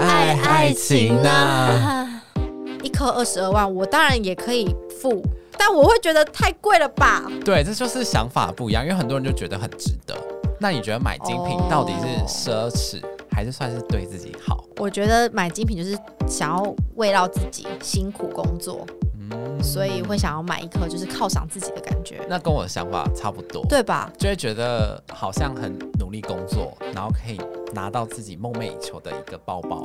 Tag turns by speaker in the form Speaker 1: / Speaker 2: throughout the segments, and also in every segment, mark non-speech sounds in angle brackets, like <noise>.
Speaker 1: 爱情啊！
Speaker 2: 一颗二十二万，我当然也可以付，但我会觉得太贵了吧？
Speaker 1: 对，这就是想法不一样，因为很多人就觉得很值得。那你觉得买精品到底是奢侈，还是算是对自己好？
Speaker 2: 我觉得买精品就是想要慰劳自己辛苦工作，
Speaker 1: 嗯，
Speaker 2: 所以会想要买一颗就是犒赏自己的感觉，
Speaker 1: 那跟我的想法差不多。
Speaker 2: 对吧？
Speaker 1: 就会觉得好像很努力工作，然后可以拿到自己梦寐以求的一个包包。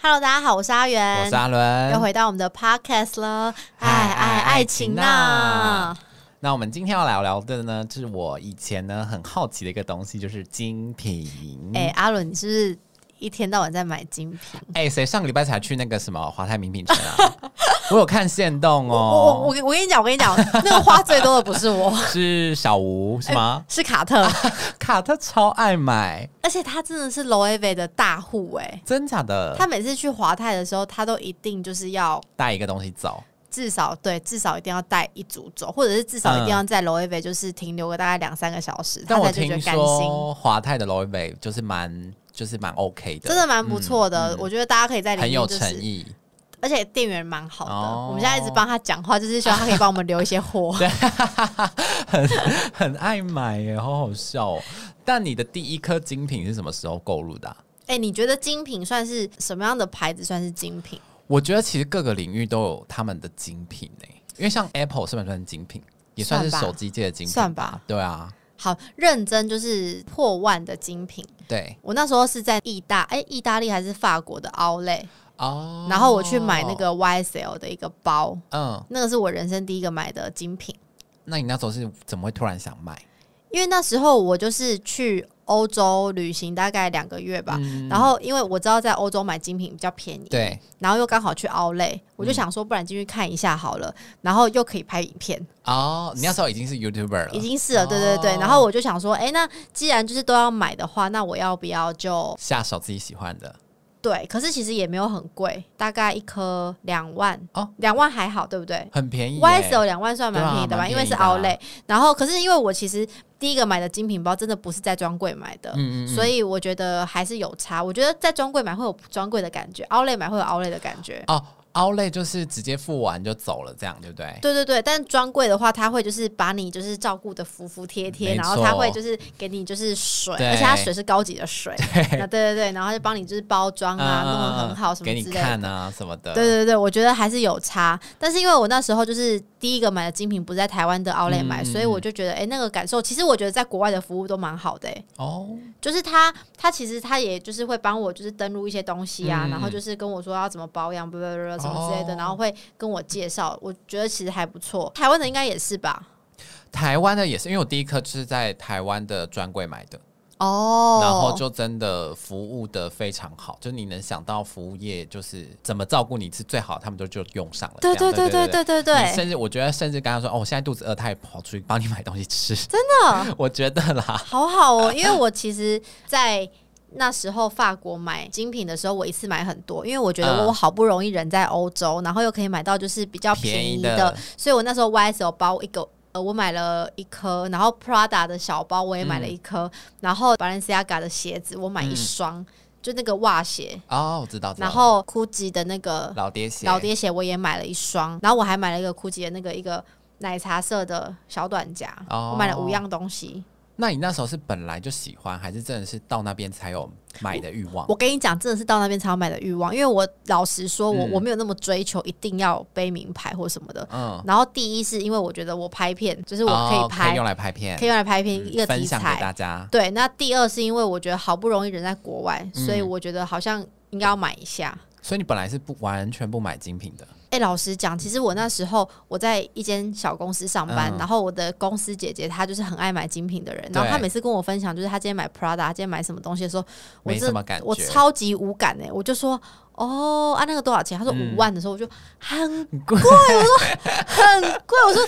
Speaker 2: Hello，大家好，我是阿
Speaker 1: 我
Speaker 2: 元，
Speaker 1: 是阿
Speaker 2: 嗯又
Speaker 1: 伦，
Speaker 2: 回到我们的 Podcast 了，爱
Speaker 1: 爱
Speaker 2: 爱
Speaker 1: 爱
Speaker 2: 爱
Speaker 1: 情
Speaker 2: 情
Speaker 1: 啊
Speaker 2: 呐、
Speaker 1: 呐那我们今天要聊聊的呢，就是我以前呢很好奇的一个东西，就是精品。
Speaker 2: 哎、阿伦，你是不是一天到晚在买精品？
Speaker 1: 哎，谁上个礼拜才去那个什么华泰名品城啊？ <laughs> 我有看线动
Speaker 2: 我我
Speaker 1: 哦，
Speaker 2: 我我跟你讲，我跟你讲，那个花最多的不是我，
Speaker 1: 是小吴是吗？
Speaker 2: 是卡特，
Speaker 1: 哎卡特超爱买，
Speaker 2: 而且他真的是 Loewe 的大户哎、
Speaker 1: 真假的？
Speaker 2: 他每次去华泰的时候，他都一定就是要
Speaker 1: 带一个东西走，
Speaker 2: 至少对，至少一定要带一组走，或者是至少一定要在 Loewe 就是停留个大概两三个小时，
Speaker 1: 但
Speaker 2: 他才
Speaker 1: 我
Speaker 2: 就觉
Speaker 1: 听
Speaker 2: 得甘心。
Speaker 1: 说华泰的 l o e w 就是蛮就是蛮 OK 的，
Speaker 2: 真的蛮不错的，我觉得大家可以在里
Speaker 1: 嗯很
Speaker 2: 面、
Speaker 1: 有
Speaker 2: 就是，
Speaker 1: 诚意。 <laughs>
Speaker 2: 而且店员蛮好的。
Speaker 1: 哦
Speaker 2: 我们现在一直帮他讲话，就是希望他可以帮我们留一些
Speaker 1: <laughs>
Speaker 2: 货。
Speaker 1: 很爱买耶，好好笑、哦。但你的第一颗精品是什么时候购入的啊、
Speaker 2: 哎、你觉得精品算是什么样的牌子算是精品？
Speaker 1: 我觉得其实各个领域都有他们的精品呢，因为像 Apple 是不是算精品？也算是
Speaker 2: 算吧
Speaker 1: 手机界的精品，
Speaker 2: 算吧。
Speaker 1: 对啊，
Speaker 2: 好，认真就是破万的精品。
Speaker 1: 对
Speaker 2: 我那时候是在意大，哎、意大利还是法国的 Outlet，、
Speaker 1: 哦。
Speaker 2: 然后我去买那，个 YSL 的一个包，
Speaker 1: 嗯，
Speaker 2: 那个是我人生第一个买的精品。
Speaker 1: 那你那时候是怎么会突然想买？
Speaker 2: 因为那时候我就是去欧洲旅行大概两个月吧，
Speaker 1: 嗯
Speaker 2: 然后因为我知道在欧洲买精品比较便宜，
Speaker 1: 对嗯
Speaker 2: 然后又刚好去奥莱，我就想说不然进去看一下好了，然后又可以拍影片，
Speaker 1: 哦，你那时候已经是 YouTuber 了，
Speaker 2: 已经是了，对对对，
Speaker 1: 哦
Speaker 2: 然后我就想说，哎，那既然就是都要买的话，那我要不要就
Speaker 1: 下手自己喜欢的
Speaker 2: 对？可是其实也没有很贵，大概一颗两万
Speaker 1: 哦，
Speaker 2: 两万还好，对不对？
Speaker 1: 很便宜耶。
Speaker 2: YSL 两万算蛮便宜的
Speaker 1: 对啊
Speaker 2: 吧，
Speaker 1: 蛮
Speaker 2: 因为是
Speaker 1: 便宜的啊
Speaker 2: 奥莱。然后，可是因为我其实第一个买的精品包真的不是在专柜买的，
Speaker 1: 嗯嗯嗯
Speaker 2: 所以我觉得还是有差。我觉得在专柜买会有专柜的感觉，奥莱买会有奥莱的感觉。
Speaker 1: 哦，Outlet 就是直接付完就走了，这样对不对？
Speaker 2: 对对对，但专柜的话，它会就是把你就是照顾的服服帖帖，
Speaker 1: 没
Speaker 2: 然后
Speaker 1: 错
Speaker 2: 它会就是给你就是水，
Speaker 1: 对
Speaker 2: 而且它水是高级的水，那对对对，然后就帮你就是包装
Speaker 1: 嗯
Speaker 2: 啊，弄得很好什么
Speaker 1: 给你
Speaker 2: 之类的。
Speaker 1: 看啊什么的。
Speaker 2: 对对对，我觉得还是有差，但是因为我那时候就是第一个买的精品不是在台湾的奥莱买，
Speaker 1: 嗯
Speaker 2: 所以我就觉得，哎、那个感受，其实我觉得在国外的服务都蛮好的、诶哎
Speaker 1: 哦，
Speaker 2: 就是他他其实他也就是会帮我就是登录一些东西啊，
Speaker 1: 嗯
Speaker 2: 然后就是跟我说要怎么保养，不不不什么之类的，
Speaker 1: 哦
Speaker 2: 然后会跟我介绍，我觉得其实还不错，台湾的应该也是吧。
Speaker 1: 台湾的也是，因为我第一颗就是在台湾的专柜买的，
Speaker 2: 哦，
Speaker 1: 然后就真的服务的非常好，就你能想到服务业就是怎么照顾你是最好，他们都就用上了。
Speaker 2: 对
Speaker 1: 这样
Speaker 2: 对对对对对
Speaker 1: 你
Speaker 2: 对，
Speaker 1: 甚至我觉得，甚至刚刚说哦，我现在肚子饿，他也跑出去帮你买东西吃，
Speaker 2: 真的，
Speaker 1: <laughs> 我觉得啦，
Speaker 2: 好好哦， <laughs> 因为我其实，在那时候法国买精品的时候，我一次买很多，因为我觉得
Speaker 1: 嗯
Speaker 2: 我好不容易人在欧洲，然后又可以买到就是比较便宜的，
Speaker 1: 便宜的
Speaker 2: 所以我那时候 YSL 包一个。呃，我买了一颗，然后 Prada 的小包我也买了
Speaker 1: 嗯
Speaker 2: 一颗，然后 Balenciaga 的鞋子我买一
Speaker 1: 嗯
Speaker 2: 双，就那个袜鞋，
Speaker 1: 哦，我知道，知道
Speaker 2: 然后 GUCCI 的那个
Speaker 1: 老爹鞋，
Speaker 2: 老爹鞋我也买了一双，然后我还买了一个 GUCCI 的那个一个奶茶色的小短夹，
Speaker 1: 哦
Speaker 2: 我买了五样东西。
Speaker 1: 那你那时候是本来就喜欢，还是真的是到那边才有买的欲望？
Speaker 2: 我跟你讲，真的是到那边才有买的欲望，因为我老实说，我、
Speaker 1: 嗯
Speaker 2: 我没有那么追求一定要背名牌或什么的。
Speaker 1: 嗯，
Speaker 2: 然后第一是因为我觉得我拍片，就是我可
Speaker 1: 哦
Speaker 2: 以拍，
Speaker 1: 用来拍片
Speaker 2: 可，以用来拍片一个
Speaker 1: 分
Speaker 2: 题
Speaker 1: 享给
Speaker 2: 材。
Speaker 1: 大家。
Speaker 2: 对，那第二是因为我觉得好不容易人在国外，所以
Speaker 1: 嗯
Speaker 2: 我觉得好像应该要买一下。
Speaker 1: 所以你本来是不完全不买精品的，
Speaker 2: 哎、老实讲，其实我那时候我在一间小公司上班，
Speaker 1: 嗯
Speaker 2: 然后我的公司姐姐她就是很爱买精品的人，然后
Speaker 1: 对
Speaker 2: 她每次跟我分享，就是她今天买 Prada，她今天买什么东西的时候，我
Speaker 1: 没
Speaker 2: 真
Speaker 1: 什
Speaker 2: 的
Speaker 1: 么感觉。
Speaker 2: 我超级无感哎、我就说哦啊那个多少钱？他说
Speaker 1: 嗯
Speaker 2: 五万的时候，我就很
Speaker 1: 贵，
Speaker 2: 很贵， <laughs> 我说。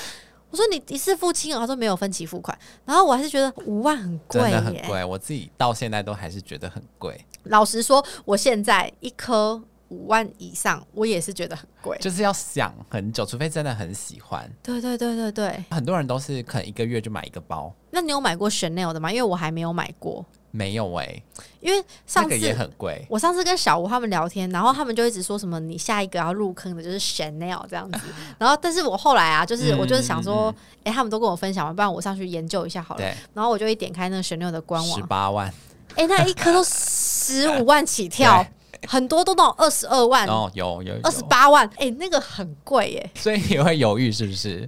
Speaker 2: 我说你一次付清哦了，他说没有分期付款，然后我还是觉得五万很贵
Speaker 1: <laughs> 真的很
Speaker 2: 耶。
Speaker 1: 贵，我自己到现在都还是觉得很贵，
Speaker 2: 老实说，我现在一颗五万以上，我也是觉得很贵。
Speaker 1: 就是要想很久，除非真的很喜欢。
Speaker 2: 对对对对对，
Speaker 1: 很多人都是可能一个月就买一个包，
Speaker 2: 那你有买过 Chanel 的吗？因为我还没有买过。
Speaker 1: 没有哎、
Speaker 2: 因为
Speaker 1: 那
Speaker 2: 上
Speaker 1: 个
Speaker 2: 次
Speaker 1: 也很贵。
Speaker 2: 我上次跟小吴他们聊天，然后他们就一直说什么你下一个要入坑的就是 Chanel 这
Speaker 1: <laughs>
Speaker 2: 样子，然后但是我后来啊，就是
Speaker 1: 嗯
Speaker 2: 我就是想说
Speaker 1: 嗯，
Speaker 2: 哎、他们都跟我分享完，不然我上去研究一下好了。
Speaker 1: 对，
Speaker 2: 然后我就一点开那个 Chanel 的官
Speaker 1: 十
Speaker 2: 网，
Speaker 1: 八万
Speaker 2: 哎、那一颗都十五万起
Speaker 1: <laughs>
Speaker 2: 跳，哦很多都那种二十二万、
Speaker 1: 哦，有有有
Speaker 2: 二十，八万，哎、那个很贵耶、哎
Speaker 1: 所以你会犹豫是不是？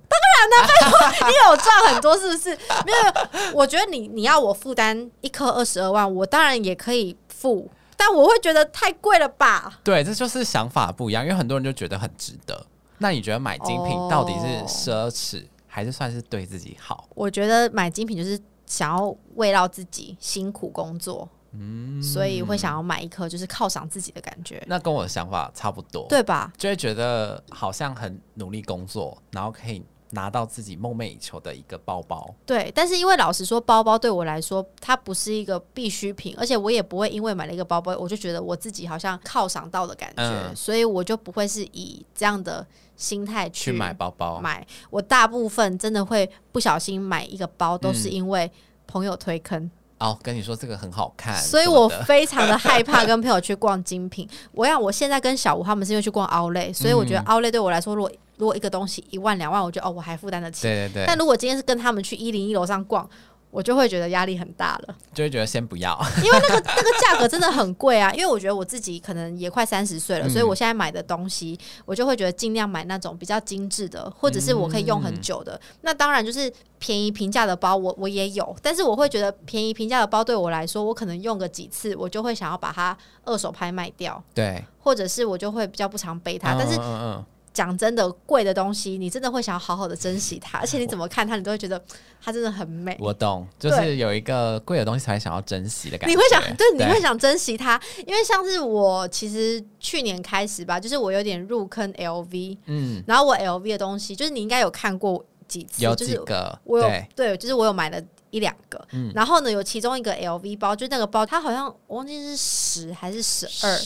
Speaker 2: 你有赚很多是不 <laughs> 是？没有，我觉得你你要我负担一颗二十二万，我当然也可以付，但我会觉得太贵了吧？
Speaker 1: 对，这就是想法不一样，因为很多人就觉得很值得。那你觉得买精品
Speaker 2: 哦
Speaker 1: 到底是奢侈，还是算是对自己好？
Speaker 2: 我觉得买精品就是想要慰劳自己辛苦工作，所以会想要买一颗就是犒赏自己的感觉，
Speaker 1: 那跟我的想法差不多，，
Speaker 2: 对吧？
Speaker 1: 就会觉得好像很努力工作，然后可以拿到自己梦寐以求的一个包包。
Speaker 2: 对，但是因为老实说，包包对我来说它不是一个必需品，而且我也不会因为买了一个包包，我就觉得我自己好像犒赏到的感觉，
Speaker 1: 嗯
Speaker 2: 所以我就不会是以这样的心态
Speaker 1: 去买哦包包，
Speaker 2: 买。我大部分真的会不小心买一个包，都
Speaker 1: 嗯
Speaker 2: 是因为朋友推坑，
Speaker 1: 哦，跟你说这个很好看，
Speaker 2: 所以
Speaker 1: 什
Speaker 2: 我
Speaker 1: 么的 <laughs>
Speaker 2: 非常的害怕跟朋友去逛精品。我想我现在跟小吴他们是因为去逛 Outlet，所以我觉得
Speaker 1: 嗯
Speaker 2: Outlet 对我来说，如果如果一个东西一万两万，我觉得哦我还负担得起。
Speaker 1: 对对
Speaker 2: 但
Speaker 1: 对，
Speaker 2: 如果今天是跟他们去一零一楼上逛，我就会觉得压力很大了，
Speaker 1: 就会觉得先不要，
Speaker 2: 因
Speaker 1: <laughs>
Speaker 2: 为那个那个价格真的很贵啊。因为我觉得我自己可能也快三十岁了，所以我现在买的东西，我就会觉得尽量买那种比较精致的，或者是我可以用很久的。那当然就是便宜平价的包我，我也有，但是我会觉得便宜平价的包对我来说，我可能用个几次，我就会想要把它二手拍卖掉，
Speaker 1: 对，
Speaker 2: 或者是我就会比较不常背它。
Speaker 1: 嗯
Speaker 2: 但是
Speaker 1: 嗯嗯
Speaker 2: 讲真的，贵的东西你真的会想要好好的珍惜它，而且你怎么看它，你都会觉得它真的很美
Speaker 1: 嗯，。我懂，就是有一个贵的东西才想要珍惜的感
Speaker 2: 你
Speaker 1: 觉，
Speaker 2: 会想对，你会想珍惜它，因为像是我其实去年开始吧，就是我有点入坑 LV，
Speaker 1: 嗯，
Speaker 2: 然后我 LV 的东西，就是你应该有看过几次，
Speaker 1: 有
Speaker 2: 就
Speaker 1: 几
Speaker 2: 是
Speaker 1: 个，
Speaker 2: 我有
Speaker 1: 对，嗯
Speaker 2: 就是我有买了一两个，然后呢，有其中一个 LV 包，就那个包，它好像我忘记是十还是十二。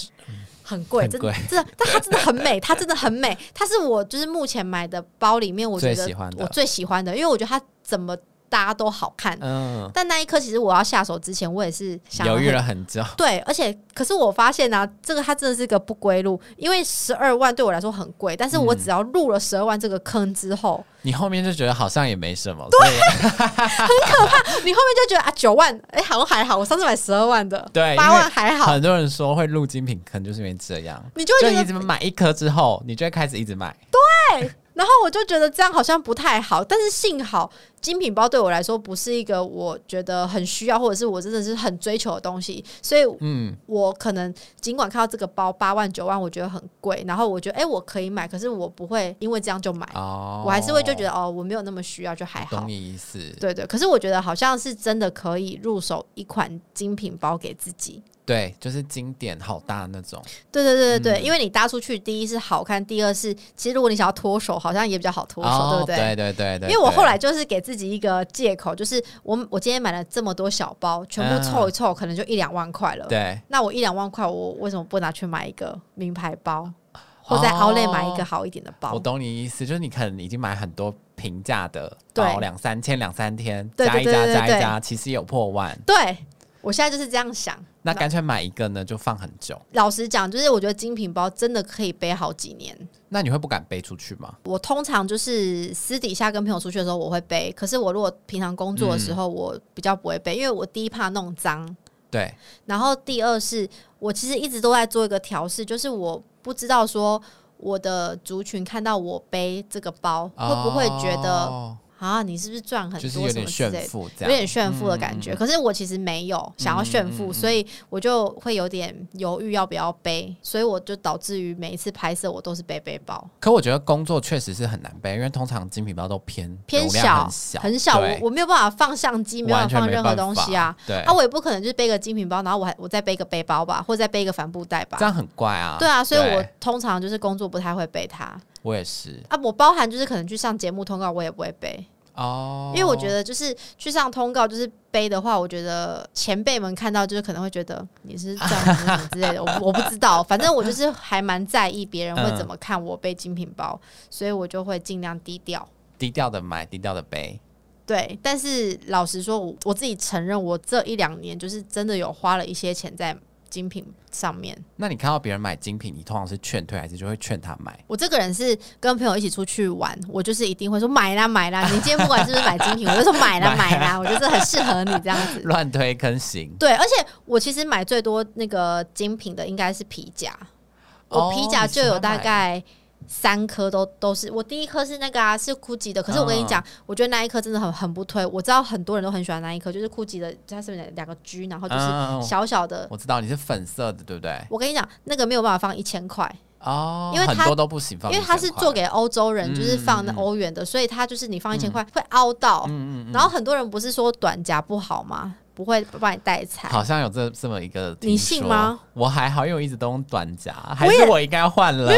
Speaker 2: 很贵，
Speaker 1: 很
Speaker 2: 真的
Speaker 1: 贵
Speaker 2: 真的，但它真的很美，它真的很美，它是我就是目前买的包里面，我觉
Speaker 1: 最
Speaker 2: 得
Speaker 1: 喜欢的
Speaker 2: 我最喜欢的，因为我觉得它怎么搭都好看。
Speaker 1: 嗯，
Speaker 2: 但那一颗其实我要下手之前，我也是想
Speaker 1: 犹豫
Speaker 2: 很
Speaker 1: 了很久，
Speaker 2: 对，而且可是我发现呢、啊，这个它真的是个不归路，因为十二万对我来说很贵，但是
Speaker 1: 嗯
Speaker 2: 我只要入了十二万这个坑之后，
Speaker 1: 你后面就觉得好像也没什么，对
Speaker 2: 你后面就觉得啊九万，哎、好像还好，我上次买十二万的，
Speaker 1: 对，
Speaker 2: 八
Speaker 1: 因
Speaker 2: 万
Speaker 1: 为
Speaker 2: 还好，
Speaker 1: 很多人说会入精品坑，就是因为这样，
Speaker 2: 你就会
Speaker 1: 就
Speaker 2: 觉
Speaker 1: 你一
Speaker 2: 得，
Speaker 1: 直买一颗之后，你就会开始一直买，
Speaker 2: 然后我就觉得这样好像不太好，但是幸好精品包对我来说不是一个我觉得很需要，或者是我真的是很追求的东西，所以
Speaker 1: 嗯，
Speaker 2: 我可能尽管看到这个包八万九万，我觉得很贵，然后我觉得哎、我可以买，可是我不会因为这样就买。
Speaker 1: 哦，
Speaker 2: 我还是会就觉
Speaker 1: 得
Speaker 2: 得哦，我没有那么需要，就还好
Speaker 1: 懂。你意思，
Speaker 2: 对对，可是我觉得好像是真的可以入手一款精品包给自己。
Speaker 1: 对，就是经典好大那种，
Speaker 2: 对对对
Speaker 1: 嗯
Speaker 2: 对对，因为你搭出去，第一是好看，第二是其实如果你想要脱手，好像也比较好脱手，对
Speaker 1: 哦
Speaker 2: 不对？
Speaker 1: 对对对对，
Speaker 2: 因为我
Speaker 1: 对
Speaker 2: 后来就是给自己一个借口，就是我我今天买了这么多小包，全部
Speaker 1: 嗯
Speaker 2: 凑一凑，可能就一两万块了。
Speaker 1: 对
Speaker 2: 那我一两万块，我为什么不拿去买一个名牌包，或在 Outlet 买一个
Speaker 1: 哦
Speaker 2: 好一点的包？
Speaker 1: 我懂你意思，就是你可能已经买很多平价的，
Speaker 2: 对
Speaker 1: 包两三千、两三千，
Speaker 2: 对
Speaker 1: 加
Speaker 2: 对
Speaker 1: 一
Speaker 2: 对
Speaker 1: 加
Speaker 2: 对
Speaker 1: 加
Speaker 2: 对
Speaker 1: 一加，其实有破万。
Speaker 2: 对我现在就是这样想。
Speaker 1: 那干脆买一个呢，就放很久。
Speaker 2: 老实讲，就是我觉得精品包真的可以背好几年。
Speaker 1: 那你会不敢背出去吗？
Speaker 2: 我通常就是私底下跟朋友出去的时候我会背，可是我如果平常工作的时候，我比较不会背，因为我第一怕弄脏，
Speaker 1: 对，
Speaker 2: 然后第二是我其实一直都在做一个调试，就是我不知道说我的族群看到我背这个包，会不会觉得
Speaker 1: 哦
Speaker 2: 啊，你是不是赚很
Speaker 1: 就是
Speaker 2: 多
Speaker 1: 有
Speaker 2: 什么
Speaker 1: 点
Speaker 2: 之
Speaker 1: 炫
Speaker 2: 类的？
Speaker 1: 富这
Speaker 2: 有
Speaker 1: 样？
Speaker 2: 点炫富的感觉，可是我其实没有想要炫
Speaker 1: 嗯
Speaker 2: 富，
Speaker 1: 嗯嗯
Speaker 2: 所以我就会有点犹豫要不要背，所以我就导致于每一次拍摄我都是背背包，
Speaker 1: 可我觉得工作确实是很难背，因为通常精品包都偏
Speaker 2: 偏
Speaker 1: 容量
Speaker 2: 小
Speaker 1: 很小，
Speaker 2: 很小，我
Speaker 1: 对
Speaker 2: 我没有办法放相机，没有办法
Speaker 1: 完全
Speaker 2: 放
Speaker 1: 没
Speaker 2: 任何
Speaker 1: 办
Speaker 2: 东西
Speaker 1: 法
Speaker 2: 啊。，
Speaker 1: 对，
Speaker 2: 啊，我也不可能就是背个精品包，然后我还我再背个背包吧，或者再背一个帆布袋吧
Speaker 1: 这。样很怪啊。
Speaker 2: 对啊，所以我
Speaker 1: 对
Speaker 2: 通常就是工作不太会背它啊。
Speaker 1: 我也是
Speaker 2: 我包含就是可能去上节目通告，我也不会背，
Speaker 1: 哦，
Speaker 2: 因为我觉得就是去上通告就是背的话，我觉得前辈们看到就是可能会觉得你是赚什么什么之类的，我我不知道，反正我就是还蛮在意别人会怎么看我背精品包，所以我就会尽量低调。
Speaker 1: 低调的买，低调的背。
Speaker 2: 对，但是老实说，我我自己承认，我这一两年就是真的有花了一些钱在精品上面。
Speaker 1: 那你看到别人买精品，你通常是劝退还是就会劝他买？
Speaker 2: 我这个人是跟朋友一起出去玩，我就是一定会说买啦买啦，你今天不管是不是买精品，我就说买啦 <laughs> 买啦，我觉得很适合你这样子。
Speaker 1: <laughs> 乱推坑行，
Speaker 2: 对，而且我其实买最多那个精品的应该是皮夹，
Speaker 1: 哦
Speaker 2: 我皮夹就有大概三颗都都是。我第一颗是那个啊，是 GUCCI 的，可是我
Speaker 1: 嗯
Speaker 2: 跟你讲，我觉得那一颗真的很很不推。我知道很多人都很喜欢那一颗，就是 GUCCI 的，它是两个 G，然后就是
Speaker 1: 嗯
Speaker 2: 小小的。
Speaker 1: 我知道你是粉色的，对不对？
Speaker 2: 我跟你讲，那个没有办法放一千块，
Speaker 1: 哦，
Speaker 2: 因为它
Speaker 1: 很多都不行放，
Speaker 2: 因为它是做，给欧洲人，就是放
Speaker 1: 嗯嗯嗯嗯
Speaker 2: 欧元的，所以它就是你放一千块会凹到。
Speaker 1: 嗯嗯
Speaker 2: 然后很多人不是说短夹不好吗？不会帮你带财
Speaker 1: <laughs> 嗯，。好像有这这么一个，
Speaker 2: 你信吗？
Speaker 1: 我还好，因为我一直都用短夹，还
Speaker 2: 我也
Speaker 1: 是我应该要换了？
Speaker 2: <laughs>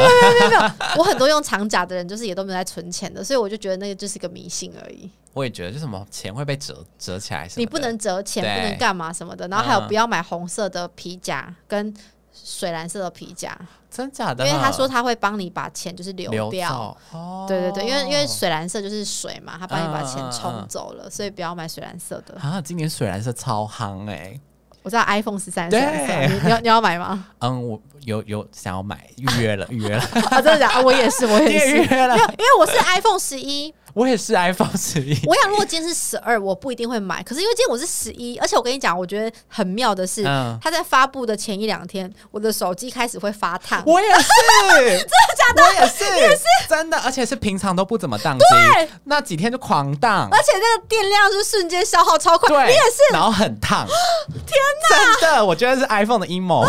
Speaker 2: 我很多用长甲的人，就是也都没有在存钱的，所以我就觉得那个就是个迷信而已。
Speaker 1: 我也觉得，就什么钱会被折折起来什么的，
Speaker 2: 你不能折钱，
Speaker 1: 对
Speaker 2: 不能干嘛什么的。然后还有
Speaker 1: 嗯
Speaker 2: 不要买红色的皮夹跟水蓝色的皮夹，
Speaker 1: 真假
Speaker 2: 因
Speaker 1: 的，
Speaker 2: 为他说他会帮你把钱就是流
Speaker 1: 流
Speaker 2: 掉。
Speaker 1: 走哦，
Speaker 2: 对对对，因为因为水蓝色就是水嘛，他帮你把钱
Speaker 1: 嗯嗯
Speaker 2: 冲
Speaker 1: 嗯
Speaker 2: 走了，所以不要买水蓝色的。
Speaker 1: 啊，今年水蓝色超夯哎、
Speaker 2: 我知道 iPhone 十三水
Speaker 1: 对
Speaker 2: 蓝色，你你要你要买吗？ <laughs>
Speaker 1: 嗯，我有有想要买，预约了，预约了， <laughs>
Speaker 2: 啊，真的假的？啊我也是，我也是，
Speaker 1: 也
Speaker 2: 因为
Speaker 1: 约了，
Speaker 2: 因为我是 iPhone 十一，
Speaker 1: 我也是 iPhone 十一，
Speaker 2: <laughs> 我想如果今天是十二，我不一定会买。可是因为今天我是十一，而且我跟你讲，我觉得很妙的是，
Speaker 1: 嗯
Speaker 2: 它在发布的前一两天，我的手机开始会发烫。
Speaker 1: <laughs> 我也是，真的假的？我也是，真的，而且是平常都不怎么宕机，那几天就狂
Speaker 2: <laughs>
Speaker 1: 宕，
Speaker 2: 而且那个电量是瞬间消耗超快，
Speaker 1: 对，
Speaker 2: 你也是，
Speaker 1: 然后
Speaker 2: <gasps>
Speaker 1: 很烫，天哪，真的，我觉得是 iPhone 的 emo，
Speaker 2: <laughs>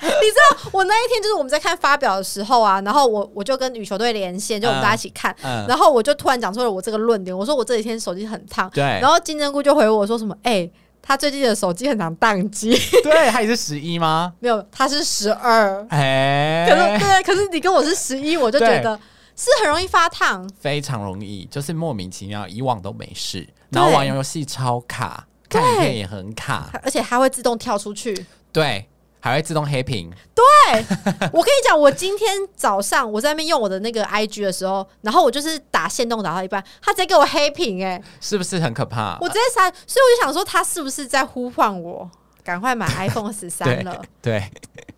Speaker 2: 你知道我那一天就是我们在看发表的时候啊，然后我我就跟羽球队连线，就我们大家一起看，
Speaker 1: 嗯嗯
Speaker 2: 然后我就突然讲出了我这个论点，我说我这几天手机很烫，
Speaker 1: 对
Speaker 2: 然后金针菇就回我说什么，哎、他最近的手机很常宕机， <laughs>
Speaker 1: 对，还是十一吗？
Speaker 2: 没有，他是十二，<laughs>
Speaker 1: 哎、
Speaker 2: 可是对，可是你跟我是十一，我就觉得是很容易发烫。
Speaker 1: 非常容易，就是莫名其妙，以往都没事，然后
Speaker 2: 对
Speaker 1: 玩游戏超卡，看
Speaker 2: 对
Speaker 1: 影片也很卡，
Speaker 2: 而且它会自动跳出
Speaker 1: <laughs>
Speaker 2: 去。
Speaker 1: 对，还会自动黑屏，
Speaker 2: 我跟你讲，我今天早上我在那边用我的那个 IG 的时候，然后我就是打线动打到一半，它直接给我黑屏、哎，
Speaker 1: 是不是很可怕？
Speaker 2: 我直接删，所以我就想说，它是不是在呼唤我赶快买 iPhone 十三
Speaker 1: <laughs> 对
Speaker 2: 了？
Speaker 1: 对，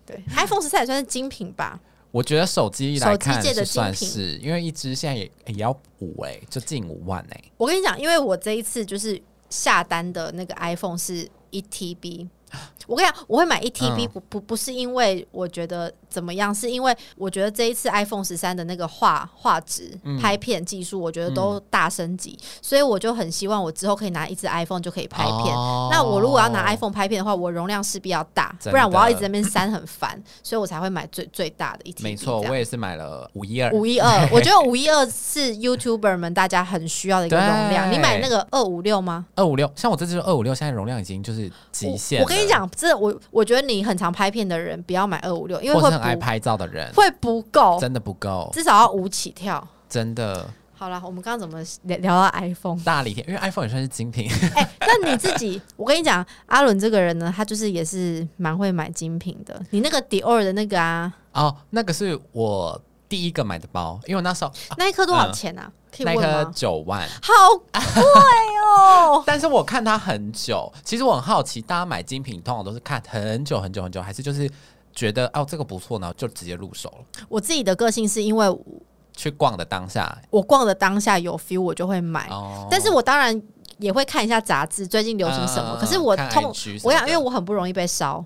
Speaker 2: 对，iPhone 十三也算是精品吧？
Speaker 1: 我觉得手机来看
Speaker 2: 手机界的
Speaker 1: 是算
Speaker 2: 精品
Speaker 1: 是，因为一只现在也也要五哎、就近五万哎、
Speaker 2: 我跟你讲，因为我这一次就是下单的那个 iPhone 是一 TB。我跟你讲，我会买一 TB，、
Speaker 1: 嗯
Speaker 2: 不不不是因为我觉得怎么样，是因为我觉得这一次 iPhone 十三的那个画画质、拍片技术，我觉得
Speaker 1: 嗯
Speaker 2: 都大升级，所以我就很希望我之后可以拿一支 iPhone 就可以拍片。
Speaker 1: 哦
Speaker 2: 那我如果要拿 iPhone 拍片的话，我容量势必要大，
Speaker 1: 真的
Speaker 2: 不然我要一直在那边删很烦，所以我才会买最最大的一 TB。
Speaker 1: <laughs> 没错，我也是买了五一二，
Speaker 2: 五一二，我觉得五一二是 YouTuber 们大家很需要的一个容量。
Speaker 1: 对
Speaker 2: 你买那个二五六吗？
Speaker 1: 二五六，像我这只二五六，现在容量已经就是极限
Speaker 2: 我。我跟你，讲，这我我觉得你很常拍片的人不要买二五六，因为
Speaker 1: 我
Speaker 2: 会
Speaker 1: 是很爱
Speaker 2: 不
Speaker 1: 拍照的人，
Speaker 2: 会不够，
Speaker 1: 真的不够，
Speaker 2: 至少要五起跳。
Speaker 1: 真的
Speaker 2: 好啦，我们刚刚怎么聊聊到 iPhone？ <laughs>
Speaker 1: 大理天，因为 iPhone 也算是精品，
Speaker 2: 哎、那你自己，我跟你讲，阿伦这个人呢，他就是也是蛮会买精品的。你那个 Dior 的那个啊，
Speaker 1: 哦，那个是我第一个买的包，因为我那时候、啊
Speaker 2: 那一颗多少钱啊？可以
Speaker 1: 那一
Speaker 2: 问
Speaker 1: 颗
Speaker 2: 吗？
Speaker 1: 九万，！
Speaker 2: 好贵哦 <laughs>
Speaker 1: 但是我看它很久。其实我很好奇，大家买精品通常都是看很久很久很久，还是就是觉得哦这个不错，然后就直接入手了。
Speaker 2: 我自己的个性是因为
Speaker 1: 去逛的当下，
Speaker 2: 我逛的当下有 feel，我就会买。
Speaker 1: 哦，
Speaker 2: 哎但是我当然也会看一下杂志，最近流行什么。
Speaker 1: 嗯
Speaker 2: 可是我
Speaker 1: 看
Speaker 2: 通
Speaker 1: IG 什么
Speaker 2: 我想，
Speaker 1: 的
Speaker 2: 因为我很不容易被烧，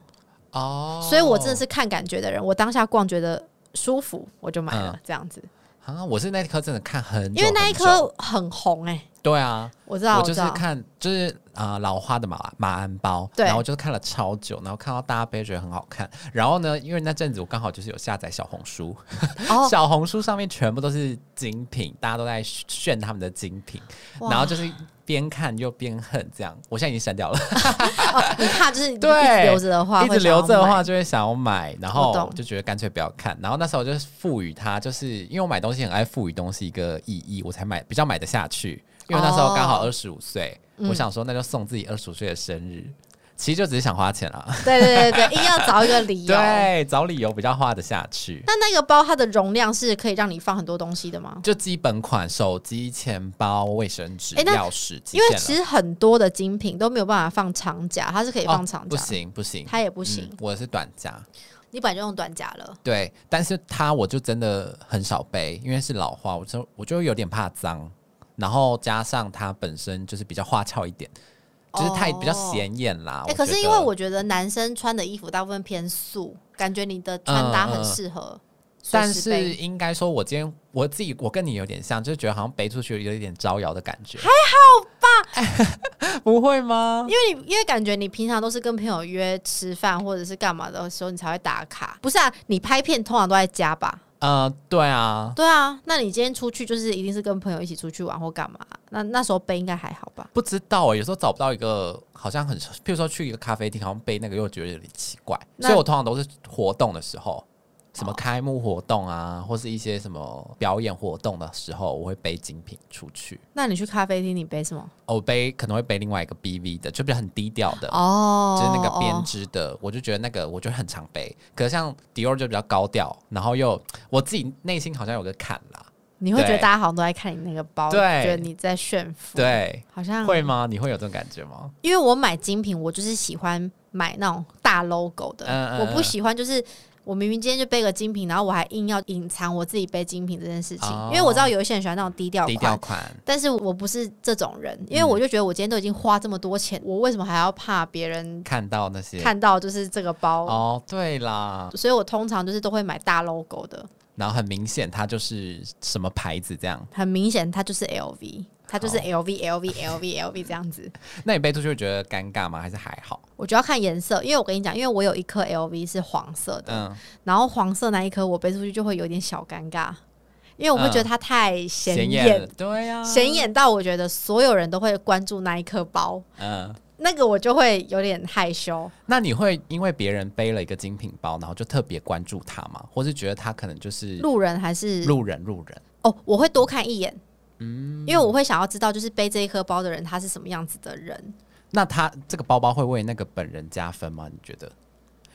Speaker 1: 哦，
Speaker 2: 所以我真的是看感觉的人。我当下逛觉得舒服，我就买了这样子。
Speaker 1: 啊，我是那一颗真的看很嗯久很久，
Speaker 2: 因为那一颗很红哎、
Speaker 1: 对啊，
Speaker 2: 我知道，
Speaker 1: 我
Speaker 2: 我
Speaker 1: 就
Speaker 2: 知
Speaker 1: 是
Speaker 2: 道。
Speaker 1: 看，就是呃老花的马马鞍包，
Speaker 2: 对
Speaker 1: 然后就是看了超久，然后看到大家背觉得很好看，然后呢，因为那阵子我刚好就是有下载小红书， <laughs>
Speaker 2: 哦，
Speaker 1: 小红书上面全部都是精品，大家都在炫他们的精品，
Speaker 2: 哇
Speaker 1: 然后就是边看又边恨这样。我现在已经删掉了，
Speaker 2: 哦你怕就是你一直
Speaker 1: 对
Speaker 2: 留着的话，
Speaker 1: <laughs> 一直
Speaker 2: 会想要
Speaker 1: 留着的
Speaker 2: 买
Speaker 1: 话，就会想要买，然
Speaker 2: 我
Speaker 1: 后
Speaker 2: 懂
Speaker 1: 就觉得干脆不要看。然后那时候就是赋予它，就是因为我买东西很爱赋予东西一个意义，我才买比较买得下去。因为那时候刚好
Speaker 2: 哦
Speaker 1: 二十五岁，我想说那就送自己二十五岁的生日。其实就只是想花钱啦。
Speaker 2: 对对对对，硬 <laughs> 要找一个理由。
Speaker 1: 对，找理由比较花得下去。
Speaker 2: 那那个包它的容量是可以让你放很多东西的吗？
Speaker 1: 就基本款，手机、钱包、卫生纸、
Speaker 2: 诶那
Speaker 1: 钥匙，极
Speaker 2: 因为
Speaker 1: 限
Speaker 2: 其
Speaker 1: 了
Speaker 2: 实很多的精品都没有办法放长夹，它是可以放
Speaker 1: 哦
Speaker 2: 长
Speaker 1: 不
Speaker 2: 夹，
Speaker 1: 行嗯不行
Speaker 2: 它也不
Speaker 1: 不
Speaker 2: 行。
Speaker 1: 我是短夹。
Speaker 2: 你本来就用短夹了，
Speaker 1: 对，但是它我就真的很少背，因为是老花，我就我就有点怕脏，然后加上它本身就是比较花俏一点，就是太比较
Speaker 2: 哦
Speaker 1: 显眼啦。
Speaker 2: 哎、
Speaker 1: 啊我
Speaker 2: 可
Speaker 1: 觉
Speaker 2: 是因
Speaker 1: 得
Speaker 2: 为我觉得男生穿的衣服大部分偏素，感觉你的穿搭很适合随
Speaker 1: 嗯但
Speaker 2: 时
Speaker 1: 是
Speaker 2: 背。
Speaker 1: 应该说，我今天我自己，我跟你有点像，就是觉得好像背出去有一点招摇的感觉。还好吧？ <laughs> 不会吗
Speaker 2: 因？为你因为感觉你平常都是跟朋友约吃饭或者是干嘛的时候，你才会打卡。不是啊，你拍片通常都在家吧？
Speaker 1: 呃，对啊，
Speaker 2: 对啊，那你今天出去就是一定是跟朋友一起出去玩或干嘛？啊那那时候背应该还好吧？
Speaker 1: 不知道、欸，有时候找不到一个好像很，譬如说去一个咖啡厅，好像背那个又觉得有点奇怪，
Speaker 2: 那
Speaker 1: 所以我通常都是活动的时候。什么开幕活动啊，
Speaker 2: 哦
Speaker 1: 或是一些什么表演活动的时候，我会背精品出去。
Speaker 2: 那你去咖啡厅你背什么？
Speaker 1: 哦我背可能会背另外一个 BV 的，就比较很低调的。
Speaker 2: 哦
Speaker 1: 呃就是那个编
Speaker 2: 哦
Speaker 1: 织的，我就觉得那个我就很常背。可是像 Dior 就比较高调，然后又我自己内心好像有个坎啦。
Speaker 2: 你会觉得
Speaker 1: 对
Speaker 2: 大家好像都在看你那个包，
Speaker 1: 对
Speaker 2: 觉得你在炫富，，
Speaker 1: 对，
Speaker 2: 好像
Speaker 1: 会吗？你会有这种感觉吗？
Speaker 2: 因为我买精品，我就是喜欢买那种大 logo 的，
Speaker 1: 嗯嗯
Speaker 2: 我不喜欢就是。我明明今天就背个精品，然后我还硬要隐藏我自己背精品这件事情，
Speaker 1: 哦
Speaker 2: 因为我知道有一些人喜欢那种低调
Speaker 1: 低
Speaker 2: 款，
Speaker 1: 调款，
Speaker 2: 但是我不是这种人，因为我就觉得我今天都已经花这么多钱，我为什么还要怕别人
Speaker 1: 看到那些
Speaker 2: 看到就是这个包？
Speaker 1: 嗯哦，对啦，
Speaker 2: 所以我通常就是都会买大 logo 的，
Speaker 1: 然后很明显它就是什么牌子这样。
Speaker 2: 很明显它就是 LV，它就是
Speaker 1: 好
Speaker 2: LV LV LV LV <laughs> 这样子。
Speaker 1: 那你背出去会觉得尴尬吗？还是还好？
Speaker 2: 我就要看颜色，因为我跟你讲，因为我有一颗 LV 是黄色的，
Speaker 1: 嗯，
Speaker 2: 然后黄色那一颗我背出去就会有点小尴尬，因为我会觉得它太显
Speaker 1: 嗯显
Speaker 2: 眼，
Speaker 1: 眼，对呀、啊，
Speaker 2: 显、眼到我觉得所有人都会关注那一颗包，
Speaker 1: 嗯。
Speaker 2: 那个我就会有点害羞。
Speaker 1: 那你会因为别人背了一个精品包，然后就特别关注他吗？或是觉得他可能就是
Speaker 2: 路人还是
Speaker 1: 路嗯人路人？
Speaker 2: 哦，我会多看一眼，因为我会想要知道就是背这一颗包的人他是什么样子的人。
Speaker 1: 那他这个包包会为那个本人加分吗？你觉得？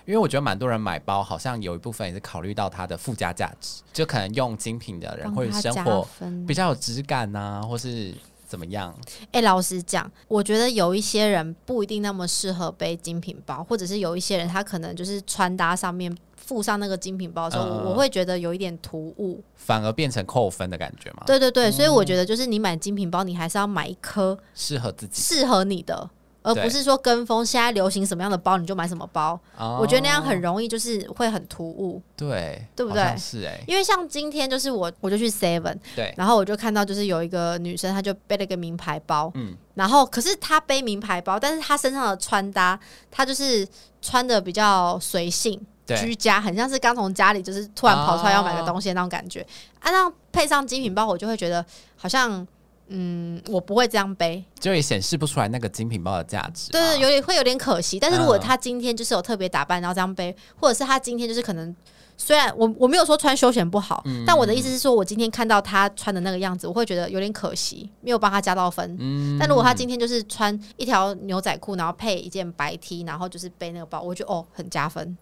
Speaker 1: 因为我觉得蛮多人买包，好像有一部分也是考虑到它的附加价值，就可能用精品的人
Speaker 2: 帮
Speaker 1: 或者
Speaker 2: 他
Speaker 1: 生
Speaker 2: 加
Speaker 1: 活
Speaker 2: 分
Speaker 1: 比较有质感呐、或是怎么样？
Speaker 2: 哎、老实讲，我觉得有一些人不一定那么适合背精品包，或者是有一些人他可能就是穿搭上面附上那个精品包的时候，
Speaker 1: 嗯嗯嗯
Speaker 2: 我我会觉得有一点突兀。
Speaker 1: 反而变成扣分的感觉嘛？
Speaker 2: 对对对，所以我觉得就是你买精品包，你还是要买一颗
Speaker 1: 适合自己。
Speaker 2: 适合你的。而不是说跟风，现在流行什么样的包你就买什么包，
Speaker 1: 哦
Speaker 2: 我觉得那样很容易就是会很突兀，
Speaker 1: 对，
Speaker 2: 对不
Speaker 1: 好
Speaker 2: 对
Speaker 1: 像是哎、
Speaker 2: 因为像今天就是我我就去 Seven，
Speaker 1: 对，
Speaker 2: 然后我就看到就是有一个女生，她就背了一个名牌包，
Speaker 1: 嗯
Speaker 2: 然后可是她背名牌包，但是她身上的穿搭，她就是穿的比较随性。
Speaker 1: 对
Speaker 2: 居家很像是刚从家里就是突然跑出来要买个东西的那种感觉，啊，那配上精品包，我就会觉得好像，嗯，我不会这样背，
Speaker 1: 就也显示不出来那个精品包的价值嘛。
Speaker 2: 对对，有点会有点可惜。但是如果
Speaker 1: 嗯
Speaker 2: 她今天就是有特别打扮，然后这样背，或者是她今天就是可能，虽然我我没有说穿休闲不好，但我的意思是说，我今天看到她穿的那个样子，我会觉得有点可惜，没有帮她加到分。但如果她今天就是穿一条牛仔裤，然后配一件白 T，然后就是背那个包，我觉得哦很加分。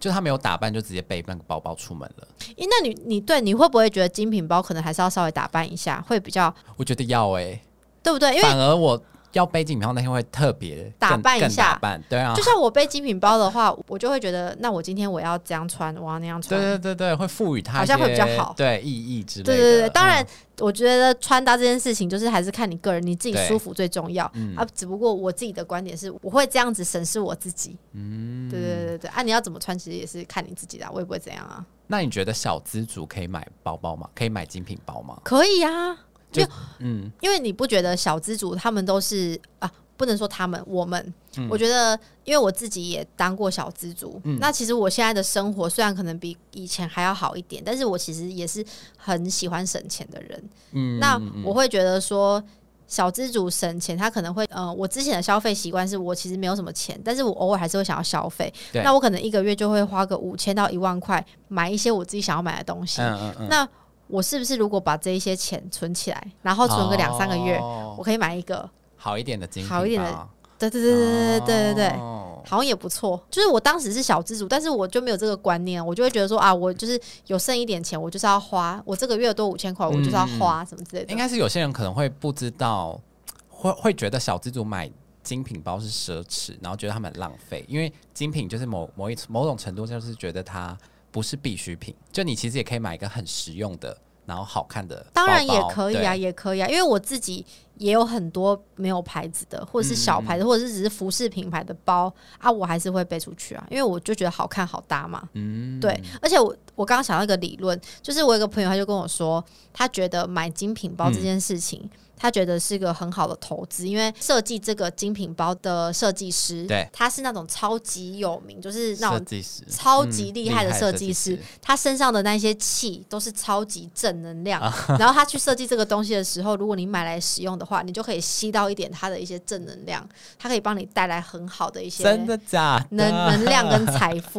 Speaker 1: 就他没有打扮，就直接背那个包包出门了。
Speaker 2: 诶，那你你对你会不会觉得精品包可能还是要稍微打扮一下，会比较
Speaker 1: 我觉得要哎、
Speaker 2: 对不对？因为
Speaker 1: 反而我要背精品包那天会特别
Speaker 2: 打
Speaker 1: 更
Speaker 2: 扮一
Speaker 1: 更
Speaker 2: 下
Speaker 1: 打扮对啊
Speaker 2: 就，像我背精品包的话，我就会觉得，那我今天我要这样穿，我要那样穿，
Speaker 1: 对对对对，会赋予它
Speaker 2: 好
Speaker 1: 一
Speaker 2: 像会
Speaker 1: 些
Speaker 2: 比较好
Speaker 1: 对意义之类的。
Speaker 2: 对对对，当然
Speaker 1: 嗯，
Speaker 2: 我觉得穿搭这件事情就是还是看你个人，你自己
Speaker 1: 对嗯
Speaker 2: 舒服最重要、啊。只不过我自己的观点是，我会这样子审视我自己。嗯，对对对对对，啊，你要怎么穿其实也是看你自己的啊，我也不会怎样啊。
Speaker 1: 那你觉得小资族可以买包包吗？可以买精品包吗？
Speaker 2: 可以啊，
Speaker 1: 就
Speaker 2: 因为
Speaker 1: 嗯，
Speaker 2: 因为你不觉得小资主他们都是啊？不能说他们，我们，
Speaker 1: 嗯
Speaker 2: 我觉得，因为我自己也当过小资族，那其实我现在的生活虽然可能比以前还要好一点，但是我其实也是很喜欢省钱的人。
Speaker 1: 嗯
Speaker 2: 那我会觉得说，小资主省钱，他可能会，呃，我之前的消费习惯是我其实没有什么钱，但是我偶尔还是会想要消费。
Speaker 1: 对
Speaker 2: 那我可能一个月就会花个五千到一万块买一些我自己想要买的东西。
Speaker 1: 嗯嗯嗯，
Speaker 2: 那我是不是如果把这一些钱存起来，然后存个两三个月，
Speaker 1: 哦
Speaker 2: 我可以买一个？
Speaker 1: 好一点的精品，
Speaker 2: 好一点的
Speaker 1: 包，
Speaker 2: 对对对对对对对对对。
Speaker 1: 哦
Speaker 2: 好像也不错。就是我当时是小资主，但是我就没有这个观念，我就会觉得说啊，我就是有剩一点钱，我就是要花，我这个月多五千块，我就是
Speaker 1: 嗯
Speaker 2: 要花什么之类的。
Speaker 1: 应该是有些人可能会不知道，会会觉得小资族买精品包是奢侈，然后觉得他们很浪费，因为精品就是某某一某种程度就是觉得它不是必需品，就你其实也可以买一个很实用的，然后好看的包包，
Speaker 2: 当然也可以啊，
Speaker 1: 对，
Speaker 2: 也可以啊，因为我自己也有很多没有牌子的，或者是小
Speaker 1: 嗯
Speaker 2: 牌子，或者是只是服饰品牌的包啊，我还是会背出去啊，因为我就觉得好看好搭嘛。
Speaker 1: 嗯
Speaker 2: 对，而且我我刚刚想到一个理论，就是我有一个朋友，他就跟我说，他觉得买精品
Speaker 1: 嗯
Speaker 2: 包这件事情，他觉得是一个很好的投资，因为设计这个精品包的设计师，
Speaker 1: 对
Speaker 2: 他是那种超级有名，就是那
Speaker 1: 设
Speaker 2: 种
Speaker 1: 计师
Speaker 2: 超
Speaker 1: 嗯
Speaker 2: 级厉
Speaker 1: 厉
Speaker 2: 害的
Speaker 1: 害
Speaker 2: 设
Speaker 1: 设
Speaker 2: 计
Speaker 1: 计
Speaker 2: 师
Speaker 1: 师，
Speaker 2: 他身上的那些气都是超级正能
Speaker 1: 啊
Speaker 2: 量。 <laughs> 然后他去设计这个东西的时候，如果你买来使用的话，你就可以吸到一点他的一些正能量，它可以帮你带来很好的一些
Speaker 1: 真的假的？
Speaker 2: 能能量跟财
Speaker 1: <laughs>
Speaker 2: 富。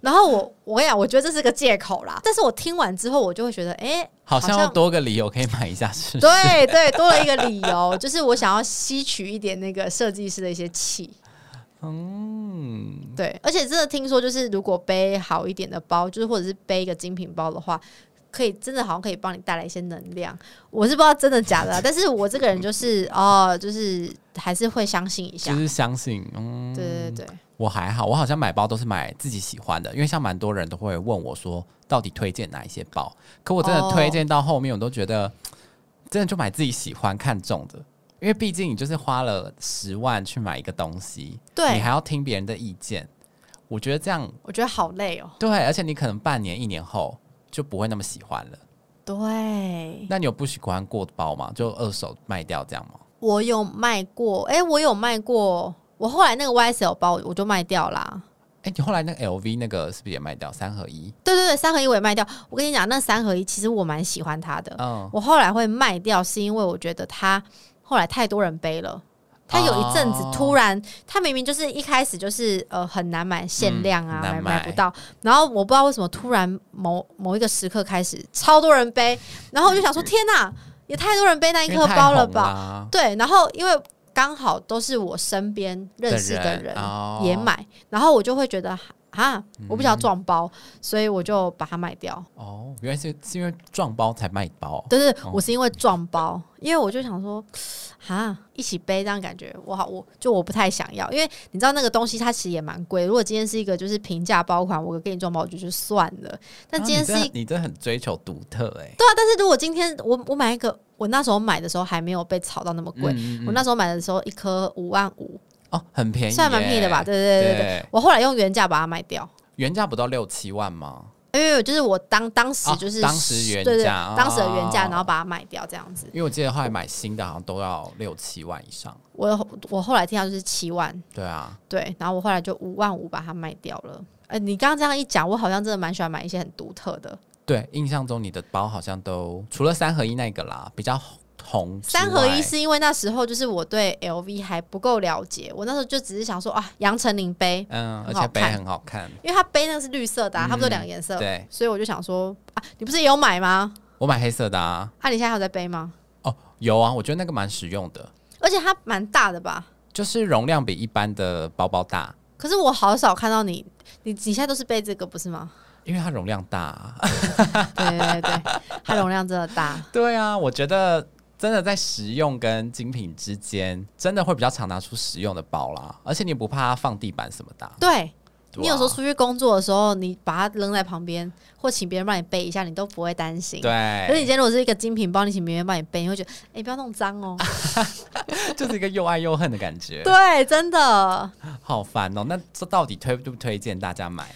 Speaker 2: 然后我我跟你讲，我觉得这是个借口啦。但是我听完之后，我就会觉得，哎、
Speaker 1: 好
Speaker 2: 像
Speaker 1: 像要多个理由可以买一下试 <laughs> 试。
Speaker 2: 对对，多了一个理由，就是我想要吸取一点那个设计师的一些气。
Speaker 1: 嗯，
Speaker 2: 对，而且真的听说，就是如果背好一点的包，就是或者是背一个精品包的话。可以真的好像可以帮你带来一些能量，我是不知道真的假
Speaker 1: <laughs>
Speaker 2: 的啊、但是我这个人就是哦，就是还是会相信一下
Speaker 1: 就，是相信，嗯，
Speaker 2: 对对对，
Speaker 1: 我还好，我好像买包都是买自己喜欢的，因为像蛮多人都会问我说，到底推荐哪一些包？可我真
Speaker 2: 哦
Speaker 1: 的推荐到后面，我都觉得真的就买自己喜欢看中的，因为毕竟你就是花了十万去买一个东西，
Speaker 2: 对
Speaker 1: 你还要听别人的意见，我觉得这样
Speaker 2: 我觉得好累哦，
Speaker 1: 对，而且你可能半年一年后就不会那么喜欢了。
Speaker 2: 对，
Speaker 1: 那你有不喜欢过的包吗？就二手卖掉这样吗？
Speaker 2: 我有卖过，哎、我有卖过，我后来那个 YSL 包我就卖掉啦。
Speaker 1: 哎、你后来那个 LV 那个是不是也卖掉三合一？
Speaker 2: 对对对，三合一我也卖掉。我跟你讲，那三合一其实我蛮喜欢它的。
Speaker 1: 嗯，
Speaker 2: 我后来会卖掉，是因为我觉得它后来太多人背了。它有一阵子
Speaker 1: 哦
Speaker 2: 突然，它明明就是一开始就是呃很难买限量啊，
Speaker 1: 嗯
Speaker 2: 买
Speaker 1: 难
Speaker 2: 买不
Speaker 1: 买
Speaker 2: 到。然后我不知道为什么突然某某一个时刻开始超多人背，然后我就想说天哪、也太多人背那一
Speaker 1: 因为
Speaker 2: 颗
Speaker 1: 太
Speaker 2: 包了
Speaker 1: 红
Speaker 2: 吧？
Speaker 1: 啦
Speaker 2: 对，然后因为刚好都是我身边认识的
Speaker 1: 的
Speaker 2: 人
Speaker 1: 人哦嗯
Speaker 2: 也买，然后我就会觉得哈，我不想要撞包，所以我就把它卖掉。
Speaker 1: 哦，原来是是因为撞包才卖包，
Speaker 2: 对对，
Speaker 1: 哦
Speaker 2: 我是因为撞包，因为我就想说， <sniffs> 哈，一起背这样感觉我好，我就我不太想要，因为你知道那个东西它其实也蛮贵。如果今天是一个就是平价包款，我给你撞包我就就算了。但
Speaker 1: 啊
Speaker 2: 今天是一
Speaker 1: 你真的你真的很追求独特哎、
Speaker 2: 对啊，但是如果今天我我买一个，我那时候买的时候还没有被炒到那么贵，
Speaker 1: 嗯嗯嗯
Speaker 2: 我那时候买的时候一颗五万五，
Speaker 1: 哦，很便宜耶，
Speaker 2: 算蛮便宜的吧？对对对对对。我后来用原价把它卖掉，
Speaker 1: 原价不到六七万吗？
Speaker 2: 因为就是我当当时就是、
Speaker 1: 哦当时原价
Speaker 2: 对对
Speaker 1: 哦
Speaker 2: 当时的原价，然后把它卖掉这样子。
Speaker 1: 因为我记得后来买新的好像都要六七万以上，
Speaker 2: 我我后来听到就是七万，
Speaker 1: 对啊，
Speaker 2: 对，然后我后来就五万五把它卖掉了。哎、你刚刚这样一讲，我好像真的蛮喜欢买一些很独特的。
Speaker 1: 对，印象中你的包好像都除了三合一那个啦，比较红之外，
Speaker 2: 三合一是因为那时候就是我对 LV 还不够了解，我那时候就只是想说啊，杨丞琳杯，
Speaker 1: 嗯，而
Speaker 2: 很好
Speaker 1: 且背
Speaker 2: 看
Speaker 1: 很好看，
Speaker 2: 因为它杯那个是绿色的、啊，它不是有两个颜色，
Speaker 1: 嗯对
Speaker 2: 所以我就想说啊，你不是也有买吗？
Speaker 1: 我买黑色的啊，
Speaker 2: 啊，你现在还有在背吗？
Speaker 1: 哦，有啊，我觉得那个蛮实用的，
Speaker 2: 而且它蛮大的吧？
Speaker 1: 就是容量比一般的包包大，
Speaker 2: 可是我好少看到你，你你现在都是背这个不是吗？
Speaker 1: 因为它容量大、啊。
Speaker 2: 对对对对，它容量真的大。
Speaker 1: 对啊，我觉得真的在实用跟精品之间，真的会比较常拿出实用的包啦，而且你也不怕它放地板什么的啊。
Speaker 2: 对
Speaker 1: 对啊
Speaker 2: 你有时候出去工作的时候，你把它扔在旁边，或请别人帮你背一下，你都不会担心。可是你
Speaker 1: 对，啊
Speaker 2: 今天如果是一个精品包，你请别人帮你背，你会觉得，哎、不要弄脏哦。
Speaker 1: 就是一个又爱又恨的感觉，
Speaker 2: 对，真的，
Speaker 1: 好烦哦。那这到底推不推荐大家买？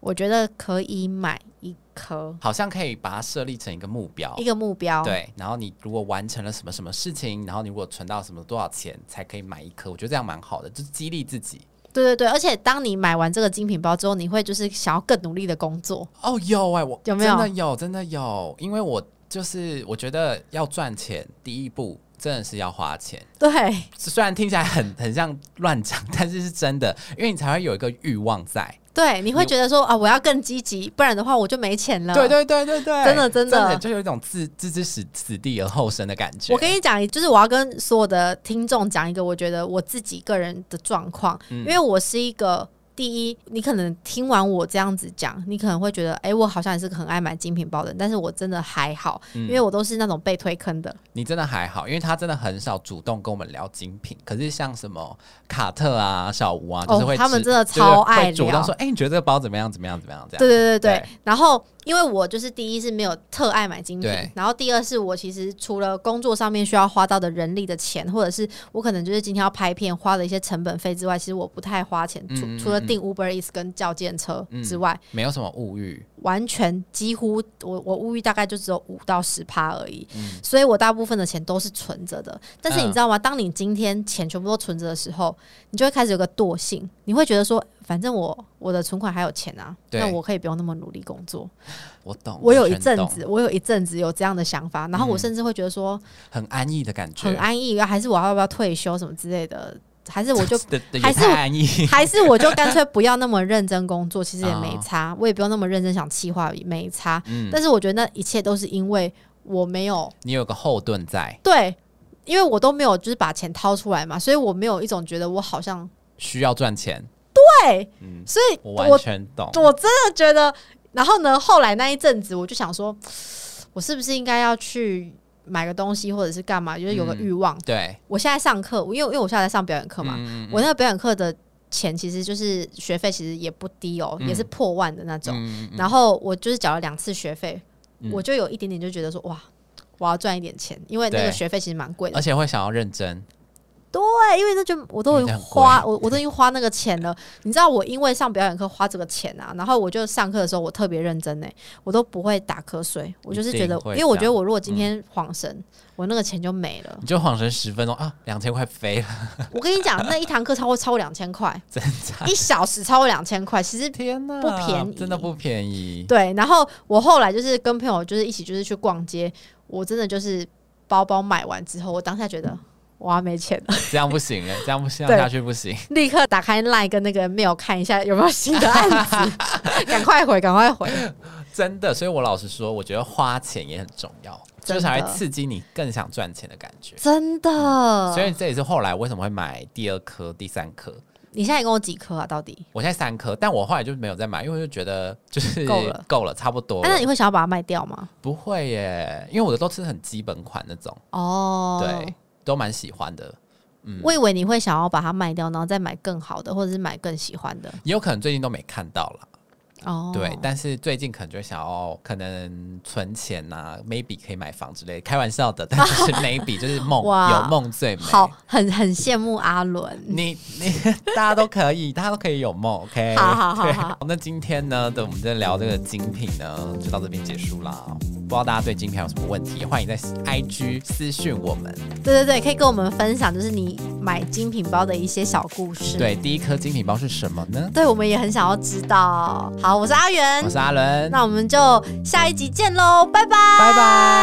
Speaker 2: 我觉得可以买一颗，
Speaker 1: 好像可以把它设立成一个目标
Speaker 2: 一。个目标。，
Speaker 1: 对，然后你如果完成了什么什么事情，然后你如果存到什么多少钱才可以买一颗，我觉得这样蛮好的，就是激励自己。
Speaker 2: 对对对而且当你买完这个精品包之后，你会就是想要更努力的工作。
Speaker 1: 哦，有哎、我
Speaker 2: 有没有
Speaker 1: 真的有，真的有，因为我就是我觉得要赚钱，第一步真的是要花钱。
Speaker 2: 对，
Speaker 1: 虽然听起来很很像乱讲，但是是真的，因为你才会有一个欲望在。
Speaker 2: 对，你会觉得说啊，我要更积极，不然的话我就没钱了。
Speaker 1: 对对对对对，
Speaker 2: 嗯真的真的
Speaker 1: 就有一种置置之死死地而后生的感觉。
Speaker 2: 我跟你讲，就是我要跟所有的听众讲一个，我觉得我自己个人的状况，
Speaker 1: 嗯
Speaker 2: 因为我是一个。第一，你可能听完我这样子讲，你可能会觉得，哎、我好像也是个很爱买精品包的人，但是我真的还好，
Speaker 1: 嗯
Speaker 2: 因为我都是那种被推坑的。
Speaker 1: 你真的还好，因为他真的很少主动跟我们聊精品。可是像什么卡特啊、小吴啊，就是会
Speaker 2: 哦他们
Speaker 1: 直
Speaker 2: 真的
Speaker 1: 就是
Speaker 2: 超爱
Speaker 1: 会主
Speaker 2: 聊
Speaker 1: 动说：“哎、你觉得这个包怎么样？怎么样？怎么样？”这样。
Speaker 2: 对对对对。
Speaker 1: 对
Speaker 2: 然后，因为我就是第一是没有特爱买精品
Speaker 1: 对，
Speaker 2: 然后第二是我其实除了工作上面需要花到的人力的钱，或者是我可能就是今天要拍片花的一些成本费之外，其实我不太花钱，除、
Speaker 1: 嗯嗯
Speaker 2: 除了
Speaker 1: 嗯
Speaker 2: 订 Uber Eats 跟叫电车之外，
Speaker 1: 没有什么物欲，
Speaker 2: 完全几乎我我物欲大概就只有五到十趴而已，所以我大部分的钱都是存着的。但是你
Speaker 1: 嗯
Speaker 2: 知道吗？当你今天钱全部都存着的时候，你就会开始有个惰性，你会觉得说，反正我我的存款还有钱啊，
Speaker 1: 对
Speaker 2: 那我可以不用那么努力工作。
Speaker 1: 我懂。
Speaker 2: 我有一
Speaker 1: 全
Speaker 2: 阵
Speaker 1: 懂嗯
Speaker 2: 子，我有一阵子有这样的想法，然后我甚至会觉得说
Speaker 1: 很安逸的感觉，
Speaker 2: 很安逸，还是我要不要退休什么之类的，还是
Speaker 1: <laughs>
Speaker 2: 我就
Speaker 1: 的的
Speaker 2: 还
Speaker 1: 也
Speaker 2: 是
Speaker 1: 太
Speaker 2: 我
Speaker 1: 安逸。 <laughs>
Speaker 2: 还是我就干脆不要那么认真工作，其实也
Speaker 1: 哦
Speaker 2: 没差，我也不用那么认真想企划，也没差。
Speaker 1: 嗯，
Speaker 2: 但是我觉得那一切都是因为我没有
Speaker 1: 你有个后盾在，
Speaker 2: 对，因为我都没有就是把钱掏出来嘛，所以我没有一种觉得我好像
Speaker 1: 需要赚钱。
Speaker 2: 对，
Speaker 1: 嗯，
Speaker 2: 所以
Speaker 1: 我
Speaker 2: 我
Speaker 1: 完全懂。
Speaker 2: 我真的觉得，然后呢，后来那一阵子我就想说， <sighs> 我是不是应该要去买个东西或者是干嘛，就是有个
Speaker 1: 嗯
Speaker 2: 欲望。
Speaker 1: 对，
Speaker 2: 我现在上课，因为因为我现在在上表演课嘛，
Speaker 1: 嗯
Speaker 2: 我那个表演课的钱其实就是学费，其实也不低哦，
Speaker 1: 嗯
Speaker 2: 也是破万的那种。
Speaker 1: 嗯嗯
Speaker 2: 然后我就是缴了两次学费，
Speaker 1: 嗯
Speaker 2: 我就有一点点就觉得说哇。我要赚一点钱，因为那个
Speaker 1: 对
Speaker 2: 学费其实蛮贵的
Speaker 1: 而。且会想要认真。
Speaker 2: 对，因为那就我都已
Speaker 1: 因为
Speaker 2: 经
Speaker 1: 很贵
Speaker 2: 花，我我都已经花那个钱了。你知道我因为上表演课花这个钱啊，然后我就上课的时候我特别认真呢、我都不会打瞌睡。我就是觉得
Speaker 1: 一定，会
Speaker 2: 因为我
Speaker 1: 这样
Speaker 2: 觉得我如果今天晃神，我那个钱就没
Speaker 1: <laughs>
Speaker 2: 了。
Speaker 1: 你就晃神十分钟啊，两千块飞了，
Speaker 2: 我跟你讲，那一堂课超过超过两千
Speaker 1: <laughs>
Speaker 2: 块，
Speaker 1: 真的！
Speaker 2: 一小时超过两千块，其实
Speaker 1: 天哪，
Speaker 2: 不便宜
Speaker 1: 真的不
Speaker 2: <laughs>
Speaker 1: 便宜。
Speaker 2: 对。然后我后来就是跟朋友就是一起就是去逛街，我真的就是包包买完之后，我当下觉得哇没钱了，
Speaker 1: 这样不行哎，这样不行，这
Speaker 2: 对
Speaker 1: 样下去不行。
Speaker 2: 立刻打开 LINE 跟那个 mail 看一下有没有新的案子，
Speaker 1: <laughs>
Speaker 2: 赶快回，赶快回。
Speaker 1: 真的，所以我老实说，我觉得花钱也很重要，
Speaker 2: 真的
Speaker 1: 就才会刺激你更想赚钱的感觉。
Speaker 2: 真的。
Speaker 1: 嗯所以这也是后来为什么会买第二颗、第三颗。
Speaker 2: 你现在一共有几颗啊？到底？
Speaker 1: 我现在三颗，但我后来就没有再买，因为我就觉得就是
Speaker 2: 够了
Speaker 1: 够了，差不多
Speaker 2: 啊
Speaker 1: 了。
Speaker 2: 那你会想要把它卖掉吗？
Speaker 1: 不会耶，因为我的都是很基本款那种，
Speaker 2: 哦，
Speaker 1: 对，，都蛮喜欢的。
Speaker 2: 我以为你会想要把它卖掉，然后再买更好的，或者是买更喜欢的。
Speaker 1: 也有可能最近都没看到啦，
Speaker 2: 哦，
Speaker 1: 对，但是最近可能就想要可能存钱呐、m a y b e 可以买房之类的，开玩笑的，但是 maybe 就是梦，
Speaker 2: <laughs> 哇
Speaker 1: 有梦最美。
Speaker 2: 好，很很羡慕阿伦。
Speaker 1: 你你 <laughs> 大家都可以，大家都可以有梦，OK？
Speaker 2: 好好好
Speaker 1: 对
Speaker 2: 好。
Speaker 1: 那今天呢，对，我们在聊这个精品呢，就到这边结束啦。不知道大家对精品有什么问题，欢迎在 IG 私讯我们。
Speaker 2: 对对对，可以跟我们分享，就是你买精品包的一些小故事。，
Speaker 1: 对，第一颗精品包是什么呢？
Speaker 2: 对我们也很想要知道。好，我是阿元
Speaker 1: 我，是阿伦，
Speaker 2: 那我们就下一集见喽，拜拜，
Speaker 1: 拜
Speaker 2: 拜
Speaker 1: 拜。